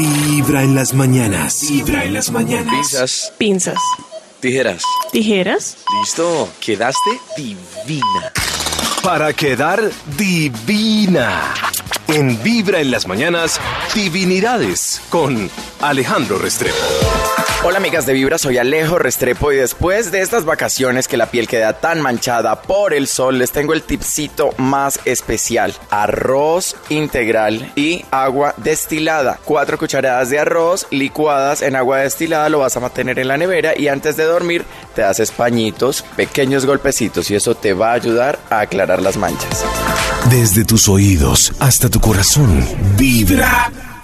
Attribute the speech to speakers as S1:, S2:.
S1: Vibra en las mañanas. Vibra en las mañanas.
S2: Pinzas,
S3: Pinzas,
S2: tijeras.
S3: tijeras.
S2: Listo, quedaste divina.
S1: Para quedar divina. En Vibra en las mañanas, divinidades con Alejandro Restrepo.
S4: Hola amigas de Vibra, soy Alejo Restrepo y después de estas vacaciones que la piel queda tan manchada por el sol, les tengo el tipcito más especial. Arroz integral y agua destilada. Cuatro cucharadas de arroz licuadas en agua destilada lo vas a mantener en la nevera y antes de dormir te haces pañitos, pequeños golpecitos y eso te va a ayudar a aclarar las manchas.
S1: Desde tus oídos hasta tu corazón, vibra